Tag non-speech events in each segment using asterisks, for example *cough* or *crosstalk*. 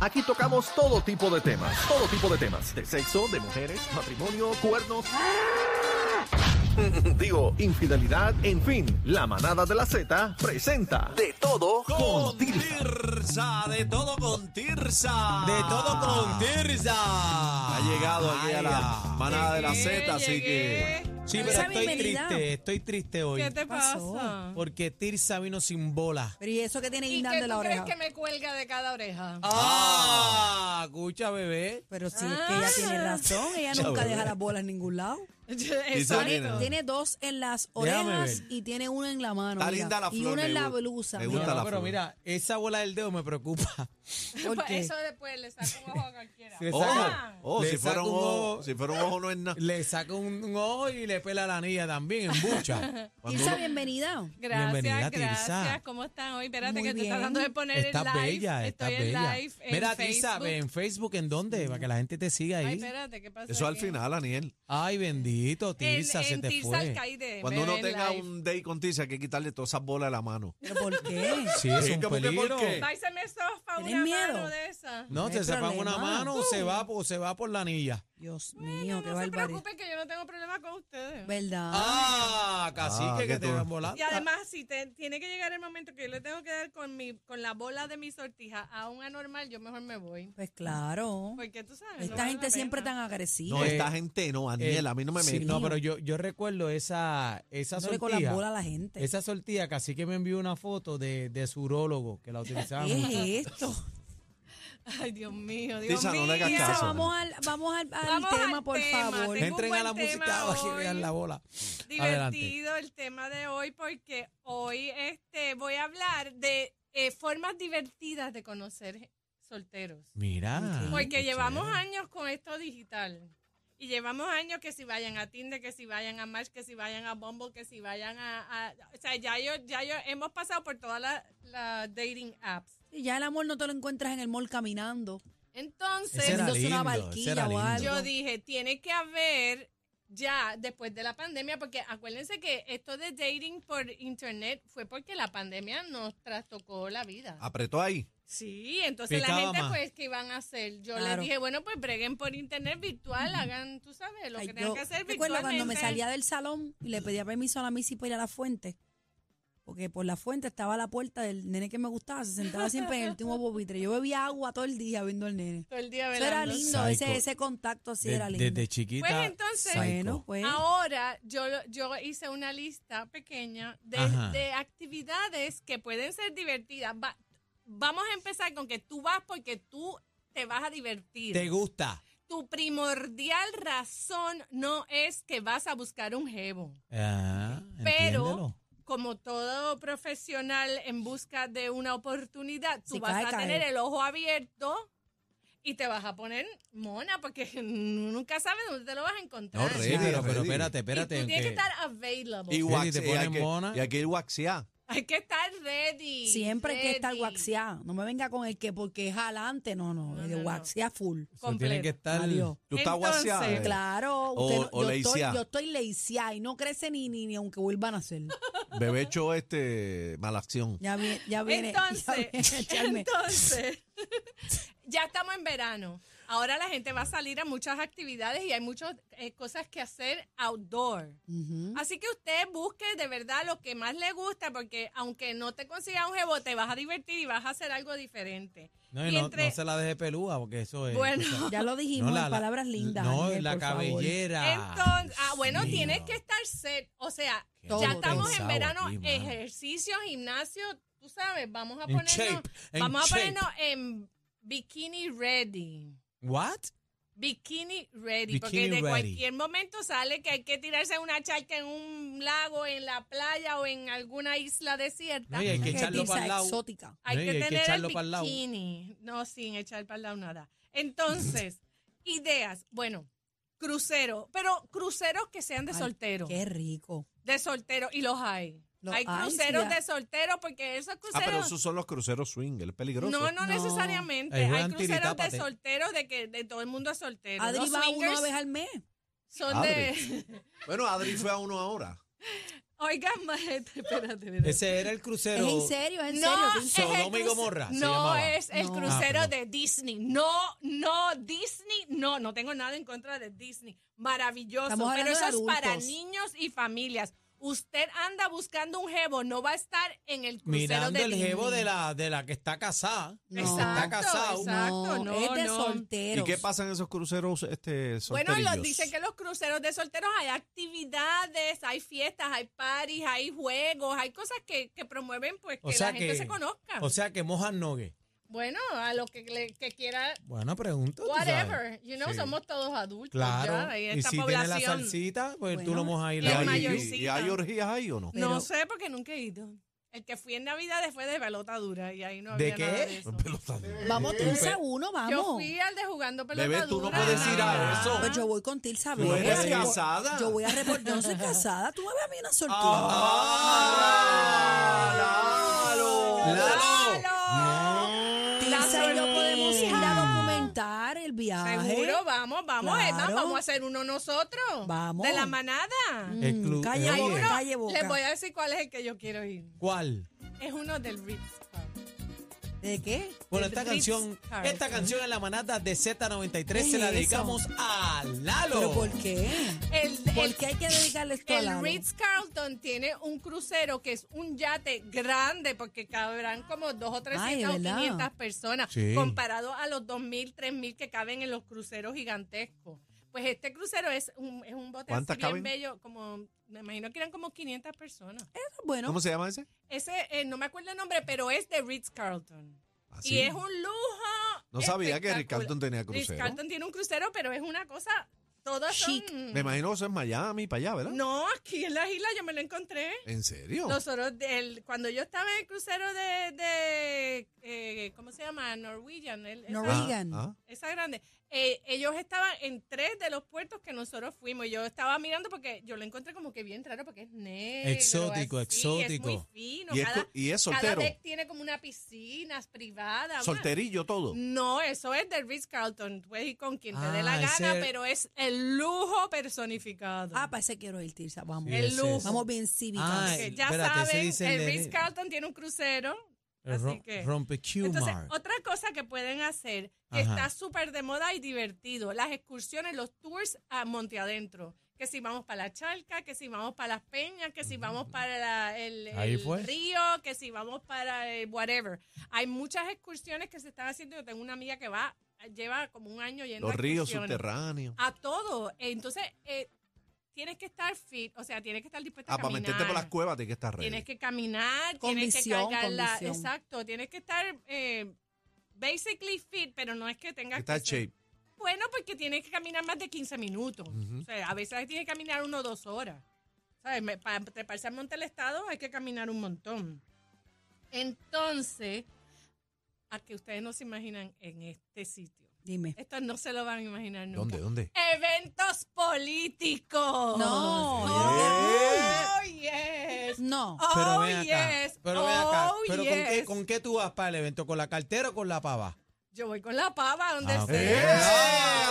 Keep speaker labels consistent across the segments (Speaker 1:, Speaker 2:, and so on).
Speaker 1: Aquí tocamos todo tipo de temas, todo tipo de temas, de sexo, de mujeres, matrimonio, cuernos, *laughs* digo, infidelidad, en fin, la manada de la Z presenta
Speaker 2: De todo
Speaker 1: con
Speaker 2: con
Speaker 1: Tirsa.
Speaker 2: Tirsa, de todo con Tirsa. De todo con Tirsa. Ha llegado aquí a la manada de la Z, así que
Speaker 3: Sí, pero
Speaker 4: Esa
Speaker 3: estoy
Speaker 4: bienvenida.
Speaker 3: triste, estoy triste hoy.
Speaker 5: ¿Qué te pasa?
Speaker 3: Porque Tirsa vino sin bola.
Speaker 4: Pero ¿y eso que tiene
Speaker 5: ¿Y
Speaker 4: guindando
Speaker 5: qué
Speaker 4: en la
Speaker 5: tú crees
Speaker 4: oreja?
Speaker 5: que me cuelga de cada oreja?
Speaker 3: ¡Ah! Escucha, bebé.
Speaker 4: Pero si es
Speaker 5: Ah.
Speaker 4: que ella tiene razón, ella nunca deja las bolas en ningún
Speaker 5: *laughs*
Speaker 4: lado.
Speaker 2: Mira.
Speaker 4: Tiene dos en las
Speaker 3: Déjame
Speaker 4: orejas
Speaker 3: ver.
Speaker 4: y tiene una en la mano.
Speaker 2: Está
Speaker 4: mira.
Speaker 2: linda la
Speaker 4: Y
Speaker 2: flor,
Speaker 4: una
Speaker 2: me
Speaker 4: en la
Speaker 2: gu-
Speaker 4: blusa.
Speaker 2: me
Speaker 4: mira.
Speaker 2: gusta
Speaker 3: No,
Speaker 2: la
Speaker 3: pero
Speaker 2: flor.
Speaker 3: mira, esa bola del dedo me preocupa. *laughs*
Speaker 4: ¿Por
Speaker 5: Pues
Speaker 4: qué?
Speaker 5: Eso después le saco un ojo a cualquiera.
Speaker 3: Le
Speaker 2: Ojo,
Speaker 3: saca,
Speaker 2: oh,
Speaker 3: le
Speaker 2: si fuera un
Speaker 3: saca un
Speaker 2: ojo,
Speaker 3: ojo.
Speaker 2: si fuera un ojo no es
Speaker 3: *laughs*
Speaker 2: nada.
Speaker 3: le saca un, un ojo y le pela la anilla también, en
Speaker 5: *laughs*
Speaker 3: bucha.
Speaker 2: Cuando
Speaker 4: Tirsa,
Speaker 2: uno-
Speaker 4: bienvenida.
Speaker 5: Gracias,
Speaker 3: Bienvenida,
Speaker 5: gracias.
Speaker 3: Tirsa.
Speaker 5: ¿Cómo están hoy? Espérate
Speaker 4: Muy
Speaker 5: que te
Speaker 4: bien.
Speaker 5: estás dando de poner
Speaker 3: Estás
Speaker 5: en live.
Speaker 3: bella, estás
Speaker 5: Estoy
Speaker 3: bella.
Speaker 5: en live en
Speaker 3: Mira, Tirsa,
Speaker 5: Facebook.
Speaker 3: ¿en Facebook en dónde? Para que la gente te siga
Speaker 5: Ay,
Speaker 3: ahí.
Speaker 5: espérate, ¿qué pasa?
Speaker 2: Eso al
Speaker 5: aquí?
Speaker 2: final, Aniel.
Speaker 3: Ay, bendito,
Speaker 5: En,
Speaker 3: Tirsa, se
Speaker 5: en
Speaker 3: te
Speaker 5: Tirsa
Speaker 3: fue.
Speaker 5: Alcaide,
Speaker 2: Cuando
Speaker 5: bebé
Speaker 2: uno
Speaker 5: en
Speaker 2: tenga
Speaker 5: live.
Speaker 2: un date con Tirsa hay que quitarle todas esas bolas de la mano.
Speaker 4: ¿Pero por qué?
Speaker 3: Sí, es
Speaker 2: Sí,
Speaker 3: un
Speaker 2: ¿cómo que por
Speaker 3: peligro.
Speaker 2: qué?
Speaker 5: Ay, se me estofa
Speaker 4: ¿Tienes
Speaker 5: una
Speaker 4: miedo?
Speaker 5: mano de esa.
Speaker 3: No,
Speaker 4: No
Speaker 3: te
Speaker 4: hay
Speaker 3: sepan una
Speaker 4: problema.
Speaker 3: mano o
Speaker 5: Uh.
Speaker 3: se va o se va por la anilla.
Speaker 4: Dios mío, qué
Speaker 5: No se
Speaker 4: barbaridad.
Speaker 5: preocupen que yo no tengo problema con ustedes.
Speaker 4: ¿Verdad?
Speaker 3: Ah, cacique
Speaker 2: Ah,
Speaker 3: que,
Speaker 2: que
Speaker 3: te
Speaker 2: tú-
Speaker 3: van volando.
Speaker 5: Y además, si te- tiene que llegar el momento que yo le tengo que dar con mi, con la bola de mi sortija a un anormal, yo mejor me voy.
Speaker 4: Pues claro.
Speaker 5: Porque tú sabes. no
Speaker 4: Esta
Speaker 5: vale la
Speaker 4: gente siempre
Speaker 5: pena.
Speaker 4: tan agresiva.
Speaker 2: No,
Speaker 3: Eh,
Speaker 2: esta gente no, Aniel, a mí no me
Speaker 3: sí,
Speaker 2: metas.
Speaker 3: no, pero yo, yo recuerdo esa, esa
Speaker 4: No le con las bolas a
Speaker 3: sortija.
Speaker 4: la gente.
Speaker 3: Esa sortija, cacique me envió una foto de, de su urólogo que la utilizaba mucho.
Speaker 4: ¿Qué es esto?
Speaker 5: Ay, Dios mío, Dios
Speaker 2: Tirsa,
Speaker 5: mío.
Speaker 2: no le hagas
Speaker 4: Tirsa,
Speaker 2: caso.
Speaker 4: vamos al, vamos al, al
Speaker 5: Vamos al
Speaker 4: tema, por
Speaker 5: tema,
Speaker 4: favor.
Speaker 5: tengo-
Speaker 3: Entren
Speaker 5: un
Speaker 3: a la
Speaker 5: buen
Speaker 3: música
Speaker 5: tema
Speaker 3: para *laughs* que
Speaker 5: hoy.
Speaker 3: vean la bola. Adelante.
Speaker 5: Divertido el tema de hoy porque hoy este voy a hablar de eh, formas divertidas de conocer solteros.
Speaker 3: Mira.
Speaker 5: Porque
Speaker 3: qué
Speaker 5: llevamos
Speaker 3: chévere.
Speaker 5: años con esto digital. Y llevamos años que si vayan a Tinder, que si vayan a Match, que si vayan a Bumble, que si vayan a... a- o sea, ya yo, ya yo hemos pasado por todas las las dating apps.
Speaker 4: Y Ya el amor no te lo encuentras en el mall caminando.
Speaker 5: Entonces,
Speaker 3: Ese era
Speaker 4: Entonces, una
Speaker 3: lindo, ese era
Speaker 4: barquilla o
Speaker 3: lindo.
Speaker 4: algo.
Speaker 5: Yo dije, tiene que haber ya después de la pandemia, porque acuérdense que esto de dating por internet fue porque la pandemia nos trastocó la vida.
Speaker 4: Ah.
Speaker 2: Apretó ahí.
Speaker 5: Sí, entonces
Speaker 3: Picaba
Speaker 5: la gente,
Speaker 3: más.
Speaker 5: pues, ¿qué iban a hacer? Yo
Speaker 4: Claro.
Speaker 5: les dije, bueno, pues breguen por internet virtual, hagan, tú sabes, lo
Speaker 4: Ay,
Speaker 5: que tengan
Speaker 4: yo
Speaker 5: que hacer
Speaker 4: recuerdo
Speaker 5: virtualmente.
Speaker 4: cuando me salía del salón y le pedía permiso a la misi para ir a la fuente. Porque por la fuente estaba la puerta del nene que me gustaba, se sentaba siempre en el último pupitre. Yo bebía agua todo el día viendo al nene.
Speaker 5: Todo el día
Speaker 4: Eso era
Speaker 5: velando.
Speaker 4: lindo, ese,
Speaker 3: Psycho.
Speaker 4: ese contacto así
Speaker 3: De-
Speaker 4: era lindo.
Speaker 3: desde chiquita.
Speaker 5: Pues entonces-
Speaker 3: psycho.
Speaker 4: bueno, pues.
Speaker 5: Ahora yo, lo- yo hice una lista pequeña de,
Speaker 3: Ajá.
Speaker 5: de actividades que pueden ser divertidas. Va- vamos a empezar con que tú vas porque tú te vas a divertir.
Speaker 3: ¿Te gusta?
Speaker 5: tu primordial razón no es que vas a buscar un jevo.
Speaker 3: Ah,
Speaker 5: Pero,
Speaker 3: entiéndelo.
Speaker 5: como todo profesional en busca de una oportunidad, tú
Speaker 4: Si
Speaker 5: vas
Speaker 4: cae,
Speaker 5: a
Speaker 4: cae.
Speaker 5: tener el ojo abierto y te vas a poner mona, porque *laughs* nunca sabes dónde te lo vas a encontrar.
Speaker 2: No,
Speaker 3: Sí,
Speaker 2: ready,
Speaker 3: pero, pero
Speaker 2: ready.
Speaker 3: espérate,
Speaker 5: Y
Speaker 3: espérate.
Speaker 5: tú tienes que
Speaker 3: que-
Speaker 5: estar available.
Speaker 2: Y,
Speaker 3: Sí, si te
Speaker 2: waxear, hay
Speaker 3: ponen
Speaker 2: que-
Speaker 3: mona.
Speaker 2: y hay que ir waxear.
Speaker 5: Hay que estar ready.
Speaker 4: Siempre hay que estar
Speaker 5: ready.
Speaker 4: guaxiá. No me venga con el que porque es jalante. No, no,
Speaker 5: No,
Speaker 4: de
Speaker 5: no, no.
Speaker 4: guaxiá full.
Speaker 3: Eso tiene que
Speaker 5: completo.
Speaker 3: estar.
Speaker 4: Adiós.
Speaker 2: Tú estás
Speaker 5: Entonces,
Speaker 2: waxeada. eh.
Speaker 4: Claro,
Speaker 2: O-
Speaker 4: usted no-
Speaker 2: o
Speaker 4: yo, estoy,
Speaker 2: leiciá.
Speaker 4: yo estoy leiciá y no crece ni, ni, ni aunque vuelvan a ser.
Speaker 2: Bebé echó este mala acción.
Speaker 4: Ya, vi- ya viene. *laughs* ya viene
Speaker 5: Entonces,
Speaker 4: a echarme.
Speaker 5: entonces, *laughs* ya estamos en verano. Ahora la gente va a salir a muchas actividades y hay muchas eh, cosas que hacer outdoor.
Speaker 4: Ujú.
Speaker 5: Así que usted busque de verdad lo que más le gusta, porque aunque no te consiga un jebo, te vas a divertir y vas a hacer algo diferente.
Speaker 3: No, y
Speaker 5: Y
Speaker 3: no,
Speaker 5: entre-
Speaker 3: no se la deje pelúa porque eso es.
Speaker 5: Bueno.
Speaker 3: o sea,
Speaker 4: Ya lo dijimos,
Speaker 3: la-
Speaker 4: en
Speaker 3: la-
Speaker 4: palabras lindas.
Speaker 3: No,
Speaker 4: Daniel,
Speaker 3: la
Speaker 4: por favor.
Speaker 3: cabellera.
Speaker 5: Entonces, ah, bueno,
Speaker 3: Dios
Speaker 5: tienes
Speaker 3: mío.
Speaker 5: que estar set. O sea,
Speaker 4: Todo
Speaker 5: ya estamos en
Speaker 3: pensado
Speaker 5: verano,
Speaker 3: aquí, mano.
Speaker 5: ejercicio, gimnasio, tú sabes, vamos a
Speaker 3: En
Speaker 5: ponernos,
Speaker 3: shape, en
Speaker 5: vamos a
Speaker 3: shape.
Speaker 5: ponernos en bikini ready.
Speaker 3: ¿What?
Speaker 5: Bikini ready,
Speaker 3: Bikini
Speaker 5: porque de
Speaker 3: ready.
Speaker 5: cualquier momento sale que hay que tirarse una charca en un lago, en la playa o en alguna isla desierta.
Speaker 3: No, y hay que
Speaker 4: Qué
Speaker 3: echarlo
Speaker 4: tiza
Speaker 3: para el lado.
Speaker 4: exótica.
Speaker 5: Hay
Speaker 3: No, y
Speaker 5: que
Speaker 3: hay que
Speaker 5: tener
Speaker 3: echarlo
Speaker 5: el
Speaker 3: pa'l lado. *laughs*
Speaker 5: bikini. No, sin echar para el lado nada. Entonces, ideas. Bueno, Cruceros, pero cruceros que sean de
Speaker 4: Ay,
Speaker 5: soltero.
Speaker 4: Qué rico.
Speaker 5: De soltero, y los hay.
Speaker 4: Los
Speaker 5: hay
Speaker 4: hay, sí,
Speaker 5: cruceros
Speaker 4: hay.
Speaker 5: de soltero porque esos
Speaker 2: Ah, pero
Speaker 5: cruceros.
Speaker 2: esos son los cruceros swingers, peligrosos.
Speaker 5: no,
Speaker 4: No.
Speaker 5: no, necesariamente.
Speaker 3: Ahí
Speaker 5: Hay
Speaker 3: juegan
Speaker 5: cruceros de
Speaker 3: tiritápate.
Speaker 5: solteros de que de todo el mundo es soltero.
Speaker 4: Adri
Speaker 5: los
Speaker 4: va uno
Speaker 5: swingers
Speaker 4: una vez al mes.
Speaker 5: son de.
Speaker 2: Bueno, Adri fue a uno ahora.
Speaker 5: *laughs* Oigan, maestro, espérate, espérate.
Speaker 3: Ese era el crucero.
Speaker 4: es en serio, es en
Speaker 5: No,
Speaker 4: serio.
Speaker 5: es
Speaker 4: tú-
Speaker 5: el
Speaker 3: Sodoma y
Speaker 5: cruce-
Speaker 3: Gomorra se
Speaker 5: No,
Speaker 3: llamaba.
Speaker 5: es el
Speaker 4: No.
Speaker 5: crucero
Speaker 3: Ah,
Speaker 5: de Disney. No, no, Disney, no, no tengo nada en contra de Disney. Maravilloso.
Speaker 4: Estamos
Speaker 5: Pero
Speaker 4: hablando
Speaker 5: eso
Speaker 4: de
Speaker 5: es para
Speaker 4: adultos.
Speaker 5: niños y familias. Usted anda buscando un jevo, no va a estar en el crucero
Speaker 3: mirando
Speaker 5: de
Speaker 3: el
Speaker 5: Disney.
Speaker 3: jevo de la, de la que está casada.
Speaker 4: No.
Speaker 3: Está
Speaker 5: Exacto,
Speaker 3: casado.
Speaker 5: exacto, no,
Speaker 4: es de
Speaker 5: no.
Speaker 4: solteros.
Speaker 2: ¿Y qué pasa en esos cruceros este,
Speaker 5: Bueno,
Speaker 2: solterillos?
Speaker 5: los, dicen que los cruceros de solteros hay actividades, hay fiestas, hay parties, hay juegos, hay cosas que, que promueven pues
Speaker 3: O
Speaker 5: que
Speaker 3: sea
Speaker 5: la gente
Speaker 3: que-
Speaker 5: se conozca.
Speaker 3: O sea que mojan nogue.
Speaker 5: bueno, a lo que, le- que quiera
Speaker 3: Buena pregunta. tú sabes.
Speaker 5: Whatever, you know,
Speaker 3: Sí.
Speaker 5: somos todos adultos
Speaker 3: Claro.
Speaker 5: ya, y
Speaker 3: y
Speaker 5: esta
Speaker 3: si tiene la
Speaker 5: población.
Speaker 3: salsita, pues tú
Speaker 4: Bueno,
Speaker 3: lo mojas ahí.
Speaker 2: ¿Y,
Speaker 5: el
Speaker 3: la
Speaker 2: hay,
Speaker 5: mayorcito.
Speaker 3: barbecue.
Speaker 2: y- y hay orgías ahí o no?
Speaker 4: Pero-
Speaker 5: no sé porque nunca he ido. El que fui en Navidades fue de pelota dura y ahí no
Speaker 3: ¿De
Speaker 5: había nada
Speaker 3: qué?
Speaker 5: de eso.
Speaker 2: Pelota de-
Speaker 4: Vamos, Tilsa, uno,
Speaker 5: Yo
Speaker 4: vamos.
Speaker 5: fui al de jugando pelota
Speaker 2: Bebé, tú no
Speaker 5: dura.
Speaker 2: puedes ir a
Speaker 5: Ah.
Speaker 2: eso.
Speaker 4: Pues yo voy con Tilsa.
Speaker 2: Tú
Speaker 4: voy a
Speaker 2: eres
Speaker 4: repor-
Speaker 2: casada.
Speaker 4: Yo voy a reportar. Yo no soy casada. Tú me ves a mí una soltura.
Speaker 2: ¡Ah! ¡Lalo!
Speaker 5: ¡Claro!
Speaker 4: Tilsa y yo podemos ir a documentar el viaje.
Speaker 5: Ah. Seguro, vamos, vamos,
Speaker 4: Claro.
Speaker 5: es más, vamos a hacer uno nosotros.
Speaker 4: Vamos.
Speaker 5: De la manada.
Speaker 4: Mm,
Speaker 3: El club-
Speaker 4: Calle
Speaker 3: Oye.
Speaker 4: boca, calle boca.
Speaker 5: Les voy a decir cuál es el que yo quiero ir.
Speaker 3: ¿Cuál?
Speaker 5: Es uno del Ritz Club.
Speaker 4: ¿De qué?
Speaker 3: Bueno,
Speaker 5: El
Speaker 3: esta
Speaker 5: Ritz
Speaker 3: canción,
Speaker 5: Carlton.
Speaker 3: esta canción en la manada de Z93
Speaker 4: ¿Qué
Speaker 3: se la
Speaker 4: es eso?
Speaker 3: dedicamos a
Speaker 4: ¿Pero
Speaker 3: Lalo.
Speaker 4: por qué?
Speaker 5: El, el-
Speaker 4: ¿Por qué hay que dedicarle esto a
Speaker 5: El
Speaker 4: Lalo?
Speaker 5: Ritz Carlton tiene un crucero que es un yate grande porque cabrán como dos o
Speaker 4: Ay,
Speaker 5: 300 o
Speaker 4: ¿verdad?
Speaker 5: 500 personas
Speaker 3: Sí.
Speaker 5: comparado a los 2.000, 3.000 que caben en los cruceros gigantescos. Pues este crucero es un, es un bote así
Speaker 2: ¿Cuántas
Speaker 5: bien
Speaker 2: caben?
Speaker 5: bello, como me imagino que eran como 500 personas.
Speaker 4: Bueno,
Speaker 2: ¿Cómo se llama ese?
Speaker 5: Ese eh, no me acuerdo el nombre, pero es de Ritz Carlton.
Speaker 2: ¿Ah,
Speaker 5: Y
Speaker 2: sí?
Speaker 5: es un lujo.
Speaker 2: No sabía que Rick
Speaker 5: espectacular.
Speaker 2: Carlton tenía
Speaker 5: Ritz
Speaker 2: crucero.
Speaker 5: Carlton tiene un crucero, pero es una cosa todas
Speaker 4: Chic.
Speaker 5: son
Speaker 2: Me imagino que eso es Miami, para allá, ¿verdad?
Speaker 5: No, aquí en la isla yo me lo encontré.
Speaker 2: ¿En serio?
Speaker 5: Nosotros, del- cuando yo estaba en el crucero de, de, eh, ¿cómo se llama? Norwegian.
Speaker 2: Ah,
Speaker 5: el- esa- Ah.
Speaker 4: Norwegian. Reagan.
Speaker 5: Esa grande. Eh, ellos estaban en tres de los puertos que nosotros fuimos. Y Yo estaba mirando porque yo lo encontré como que bien raro porque es negro.
Speaker 3: Exótico,
Speaker 5: así,
Speaker 3: exótico.
Speaker 5: Es muy fino.
Speaker 2: y, es,
Speaker 5: cada,
Speaker 2: cu- y es
Speaker 5: cada
Speaker 2: soltero.
Speaker 5: deck tiene como una piscina privada. una-
Speaker 2: Solterillo todo.
Speaker 5: No, eso es de Ritz Carlton. Puedes ir con quien te dé la
Speaker 3: Ah, ese-
Speaker 5: gana, pero es el lujo personificado.
Speaker 4: ah, para ese quiero ir, Tilsa. Vamos.
Speaker 5: El
Speaker 3: ese
Speaker 5: lujo.
Speaker 3: es.
Speaker 4: Vamos bien cívicas.
Speaker 3: Ah,
Speaker 5: Que ya
Speaker 3: Espérate, ese
Speaker 5: saben,
Speaker 3: dice el de-
Speaker 5: el Ritz Carlton tiene un crucero.
Speaker 3: El
Speaker 5: así
Speaker 3: rom-
Speaker 5: que-
Speaker 3: rompecumar.
Speaker 5: Entonces, oh, otra cosa que pueden hacer, que
Speaker 3: Ajá.
Speaker 5: está súper de moda y divertido, las excursiones, los tours a Monte Adentro. Que si vamos para la charca, que si vamos para las peñas, que si vamos para la- el,
Speaker 3: Ahí
Speaker 5: el
Speaker 3: fue.
Speaker 5: río, que si vamos para el whatever. Hay muchas excursiones que se están haciendo. Yo tengo una amiga que va, lleva como un año yendo
Speaker 2: Los
Speaker 5: a
Speaker 2: ríos
Speaker 5: excursiones.
Speaker 2: subterráneos.
Speaker 5: A todo. Entonces, eh, tienes que estar fit, o sea, tienes que estar dispuesta
Speaker 2: Ah,
Speaker 5: a
Speaker 2: para
Speaker 5: caminar.
Speaker 2: meterte por las cuevas tienes que estar ready.
Speaker 5: Tienes que caminar,
Speaker 4: Condición,
Speaker 5: tienes que cargar la-
Speaker 4: condición.
Speaker 5: Exacto, tienes que estar eh, basically fit, pero no es que tengas
Speaker 2: Está
Speaker 5: que ser-
Speaker 2: shape.
Speaker 5: Bueno, porque tienes que caminar más de 15 minutos.
Speaker 2: Ujú.
Speaker 5: O sea, a veces tienes que caminar uno o dos horas. ¿Sabes? Me- Para treparse al monte del estado hay que caminar un montón. Entonces, a que ustedes no se imaginan en este sitio.
Speaker 4: Dime.
Speaker 5: Esto no se lo van a imaginar nunca.
Speaker 2: ¿Dónde, dónde?
Speaker 5: ¡Eventos políticos!
Speaker 4: No.
Speaker 5: ¡Oh, yes!
Speaker 4: No.
Speaker 3: Pero
Speaker 5: oh,
Speaker 3: ven acá.
Speaker 5: yes.
Speaker 3: Pero ven acá.
Speaker 5: Oh,
Speaker 3: Pero con, qué,
Speaker 5: yes.
Speaker 3: ¿con qué tú vas para el evento? ¿Con la cartera o con la pava?
Speaker 5: Yo voy con la pava donde
Speaker 3: Ah,
Speaker 5: sea.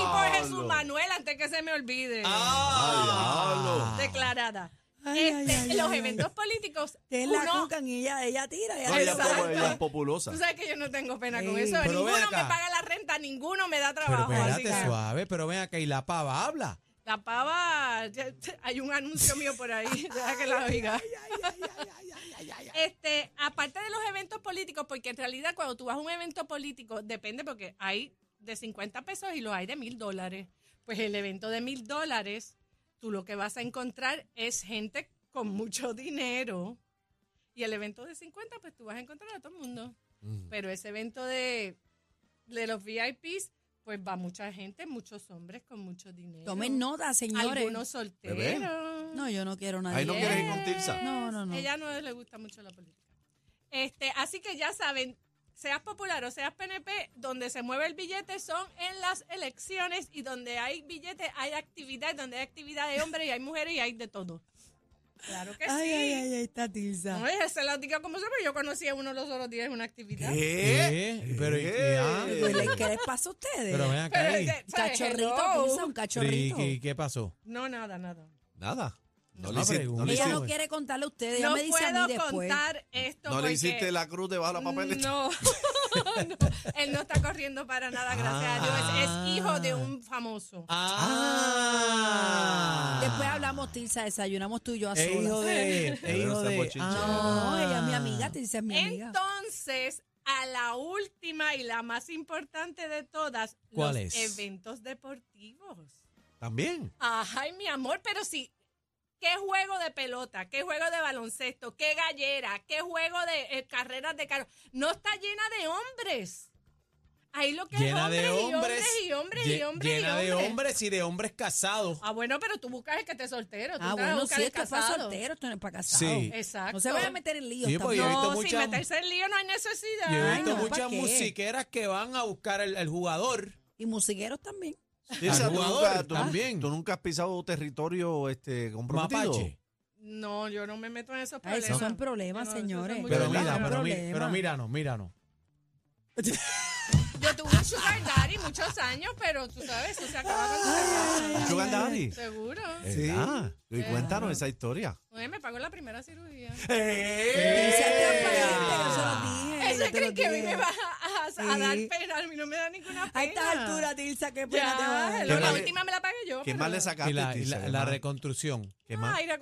Speaker 2: ¡Ay,
Speaker 5: Y por Jesús
Speaker 2: Ah, diablo!
Speaker 5: Manuel, antes que se me olvide.
Speaker 2: ¡Ay, diablo!
Speaker 5: Declarada.
Speaker 4: Ay,
Speaker 5: Este,
Speaker 4: ay, ay,
Speaker 5: los
Speaker 4: ay,
Speaker 5: eventos políticos.
Speaker 4: Te la
Speaker 5: uno-
Speaker 4: cucan y ella, ella tira.
Speaker 2: No, ella, es
Speaker 4: tira.
Speaker 2: popu- ella es populosa.
Speaker 5: tú sabes que yo no tengo pena con
Speaker 4: Sí.
Speaker 5: eso.
Speaker 3: Pero ven
Speaker 5: ninguno me
Speaker 3: acá.
Speaker 5: paga la renta, ninguno me da
Speaker 3: Pero
Speaker 5: trabajo. así
Speaker 3: espérate,
Speaker 5: que
Speaker 3: suave. Pero ven acá. ¿Y la pava habla?
Speaker 5: la pava, ya- hay un anuncio mío por ahí, *laughs* deja que la oiga. Este, aparte de los eventos políticos, porque en realidad cuando tú vas a un evento político, depende porque hay de 50 pesos y los hay de mil dólares. Pues el evento de mil dólares, tú lo que vas a encontrar es gente con mucho dinero. Y el evento de 50, pues tú vas a encontrar a todo el mundo.
Speaker 2: Mm.
Speaker 5: Pero ese evento de, de los VIPs, pues va mucha gente, muchos hombres con mucho dinero.
Speaker 4: Tomen nota, señores.
Speaker 5: Algunos solteros.
Speaker 4: No, yo no quiero nadie.
Speaker 2: Ahí no quieres ir con
Speaker 5: Yes.
Speaker 2: Tirsa.
Speaker 4: No, no, no.
Speaker 5: Ella no le gusta mucho la política. Este, así que ya saben, seas popular o seas PNP, donde se mueve el billete son en las elecciones y donde hay billete hay actividad, donde hay actividad de hombres y hay mujeres y hay de todo. Claro que
Speaker 4: Ay,
Speaker 5: sí.
Speaker 4: ay, ay, ahí está Tilsa.
Speaker 5: No, es- se lo digo como siempre, yo conocí a uno los otros días en una actividad. Eh,
Speaker 3: ¿Qué? Pero, ¿y qué? Ah,
Speaker 4: Pues, ¿le- ¿Qué les pasa a ustedes?
Speaker 3: Pero ven acá
Speaker 5: Pero,
Speaker 3: ahí.
Speaker 5: de-
Speaker 4: Un cachorrito,
Speaker 5: eh. Hello.
Speaker 4: Tilsa, un cachorrito.
Speaker 3: ¿Y qué- qué pasó?
Speaker 5: No, nada, nada.
Speaker 2: Nada. No,
Speaker 3: No,
Speaker 2: le, hiciste,
Speaker 3: pregunta.
Speaker 2: no le
Speaker 4: Ella
Speaker 2: hiciste-
Speaker 4: no quiere contarle a ustedes, ella
Speaker 5: no
Speaker 4: me dice a mí
Speaker 5: puedo
Speaker 4: después.
Speaker 5: contar esto
Speaker 2: no le
Speaker 5: porque-
Speaker 2: hiciste la cruz debajo de la papeleta.
Speaker 5: Mm, No, *laughs* no, él no está corriendo para nada, gracias a Dios. Es, es hijo de un famoso.
Speaker 3: Ah.
Speaker 4: Después hablamos, Tilsa, desayunamos tú y yo a
Speaker 3: Es hijo
Speaker 4: solas. *laughs*
Speaker 3: de. Es
Speaker 2: Pero
Speaker 3: hijo
Speaker 2: esa
Speaker 3: de.
Speaker 2: bochincha.
Speaker 4: No,
Speaker 3: ah.
Speaker 4: ella es mi amiga, Tilsa es mi amiga.
Speaker 5: Entonces, a la última y la más importante de todas,
Speaker 3: ¿Cuál
Speaker 5: los
Speaker 3: es?
Speaker 5: eventos deportivos.
Speaker 2: También.
Speaker 5: Ay, mi amor, pero sí. ¿Qué juego de pelota? ¿Qué juego de baloncesto? ¿Qué gallera? ¿Qué juego de eh, carreras de carro? No está llena de hombres. Ahí lo que
Speaker 3: Llena
Speaker 5: es
Speaker 3: de
Speaker 5: hombres,
Speaker 3: hombres.
Speaker 5: y hombres y hombres y
Speaker 3: lle-
Speaker 5: hombres.
Speaker 3: Llena
Speaker 5: y
Speaker 3: de
Speaker 5: hombres.
Speaker 3: hombres y de hombres casados.
Speaker 5: Ah, bueno, pero tú buscas el que te soltero. Tú
Speaker 4: Ah,
Speaker 5: te vas a
Speaker 4: bueno,
Speaker 5: buscar
Speaker 4: sí,
Speaker 5: el
Speaker 4: esto es para
Speaker 5: casado.
Speaker 4: soltero, esto no es para casado.
Speaker 3: Sí.
Speaker 5: Exacto.
Speaker 4: No se vayan a meter en líos
Speaker 3: Sí, pues, porque
Speaker 4: tampoco.
Speaker 3: yo he visto
Speaker 5: No, sin
Speaker 3: muchas-
Speaker 5: meterse en lío no hay necesidad.
Speaker 3: Yo he
Speaker 4: Ay,
Speaker 3: visto
Speaker 4: no, ¿para
Speaker 3: muchas
Speaker 4: qué?
Speaker 3: musiqueras que van a buscar al, al jugador.
Speaker 4: Y musiqueros también.
Speaker 2: Esa,
Speaker 3: al
Speaker 2: tú
Speaker 3: jugador
Speaker 2: nunca- tú-
Speaker 3: también.
Speaker 2: Tú nunca has pisado territorio este, comprometido.
Speaker 3: Mapache.
Speaker 5: No, yo no me meto en esos
Speaker 4: Ay,
Speaker 5: problemas.
Speaker 4: esos son problemas,
Speaker 5: No, esos son
Speaker 4: señores.
Speaker 5: muchos
Speaker 3: Pero
Speaker 4: ¿verdad?
Speaker 3: mira,
Speaker 4: No hay
Speaker 3: pero, mira,
Speaker 4: problema.
Speaker 3: pero míranos, míranos.
Speaker 5: Yo tuve un sugar daddy muchos años, pero tú sabes, eso se acaba con el sugar daddy.
Speaker 2: Sugar daddy.
Speaker 5: Seguro.
Speaker 2: Sí. Y cuéntanos
Speaker 5: Claro.
Speaker 2: esa historia.
Speaker 5: Oye, me pagó la primera cirugía.
Speaker 3: ¡Eh!
Speaker 4: Tilsa es transparente, yo se los dije.
Speaker 5: Eso
Speaker 4: yo te
Speaker 5: creen
Speaker 4: lo
Speaker 5: que a mí
Speaker 4: dije.
Speaker 5: me va a, a- a dar
Speaker 4: Sí.
Speaker 5: pena, a mí no me da ninguna pena.
Speaker 4: A esta altura, Tilsa, qué pena te va a
Speaker 5: Ya,
Speaker 4: dar.
Speaker 2: Qué
Speaker 5: la
Speaker 2: mal-
Speaker 5: última me la pagué yo.
Speaker 2: ¿Qué
Speaker 5: pero-
Speaker 2: más le sacaste?
Speaker 3: Y la, y
Speaker 2: Tisa?
Speaker 3: la-
Speaker 2: ¿Qué
Speaker 3: la
Speaker 2: más?
Speaker 3: reconstrucción.
Speaker 2: ¿Qué
Speaker 5: Ah,
Speaker 2: más?
Speaker 5: aire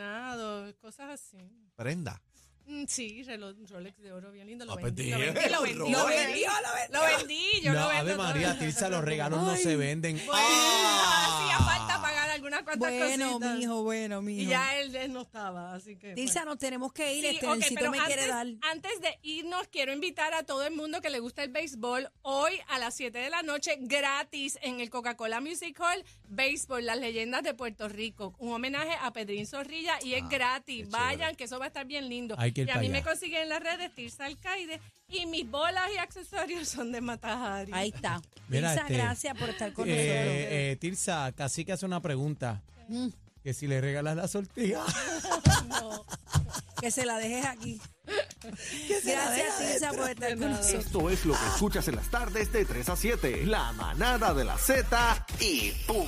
Speaker 5: acondicionado, cosas así.
Speaker 2: Prenda.
Speaker 5: Mm, Sí, reloj, Rolex de oro bien lindo. Lo
Speaker 2: Ah, pues
Speaker 5: vendí, lo
Speaker 2: dije,
Speaker 5: vendí, lo vendí,
Speaker 2: Rolex.
Speaker 5: lo vendí, lo vendí, yo lo
Speaker 3: No,
Speaker 5: vendo
Speaker 3: Ave
Speaker 5: todo.
Speaker 3: María, Tilsa, los regalos no se venden. Ah,
Speaker 5: Bueno, *laughs* hacía falta pagar algunas cuantas
Speaker 4: Bueno,
Speaker 5: cositas.
Speaker 4: mijo, bueno,
Speaker 5: Y
Speaker 4: mijo.
Speaker 5: ya él, él no estaba, así que.
Speaker 4: Tilsa, nos tenemos que ir.
Speaker 5: Sí,
Speaker 4: este
Speaker 5: ok,
Speaker 4: Nelsito
Speaker 5: pero
Speaker 4: me quiere
Speaker 5: antes-
Speaker 4: dar.
Speaker 5: Antes de irnos, quiero invitar a todo el mundo que le gusta el béisbol hoy a las 7 de la noche gratis en el Coca-Cola Music Hall, Béisbol, las leyendas de Puerto Rico. Un homenaje a Pedrín Zorrilla y es gratis. Vayan, que eso va a estar bien lindo.
Speaker 3: Ah, Hay que ir
Speaker 5: y a
Speaker 3: pa'
Speaker 5: mí
Speaker 3: allá.
Speaker 5: me consiguen en las redes Tirsa Alcaide y mis bolas y accesorios son de Matajari.
Speaker 4: Ahí está.
Speaker 3: Mira,
Speaker 4: Tilsa,
Speaker 3: este,
Speaker 4: gracias por estar con nosotros.
Speaker 3: Eh, eh, Tilsa, casi que hace una pregunta.
Speaker 4: Mm.
Speaker 3: Que si le regalas la sortija.
Speaker 4: Que se la
Speaker 3: *laughs*
Speaker 4: dejes aquí. Gracias, Tilsa, por estar con nosotros.
Speaker 1: Esto es lo que escuchas en las tardes de 3 a 7. La manada de la Z y punto.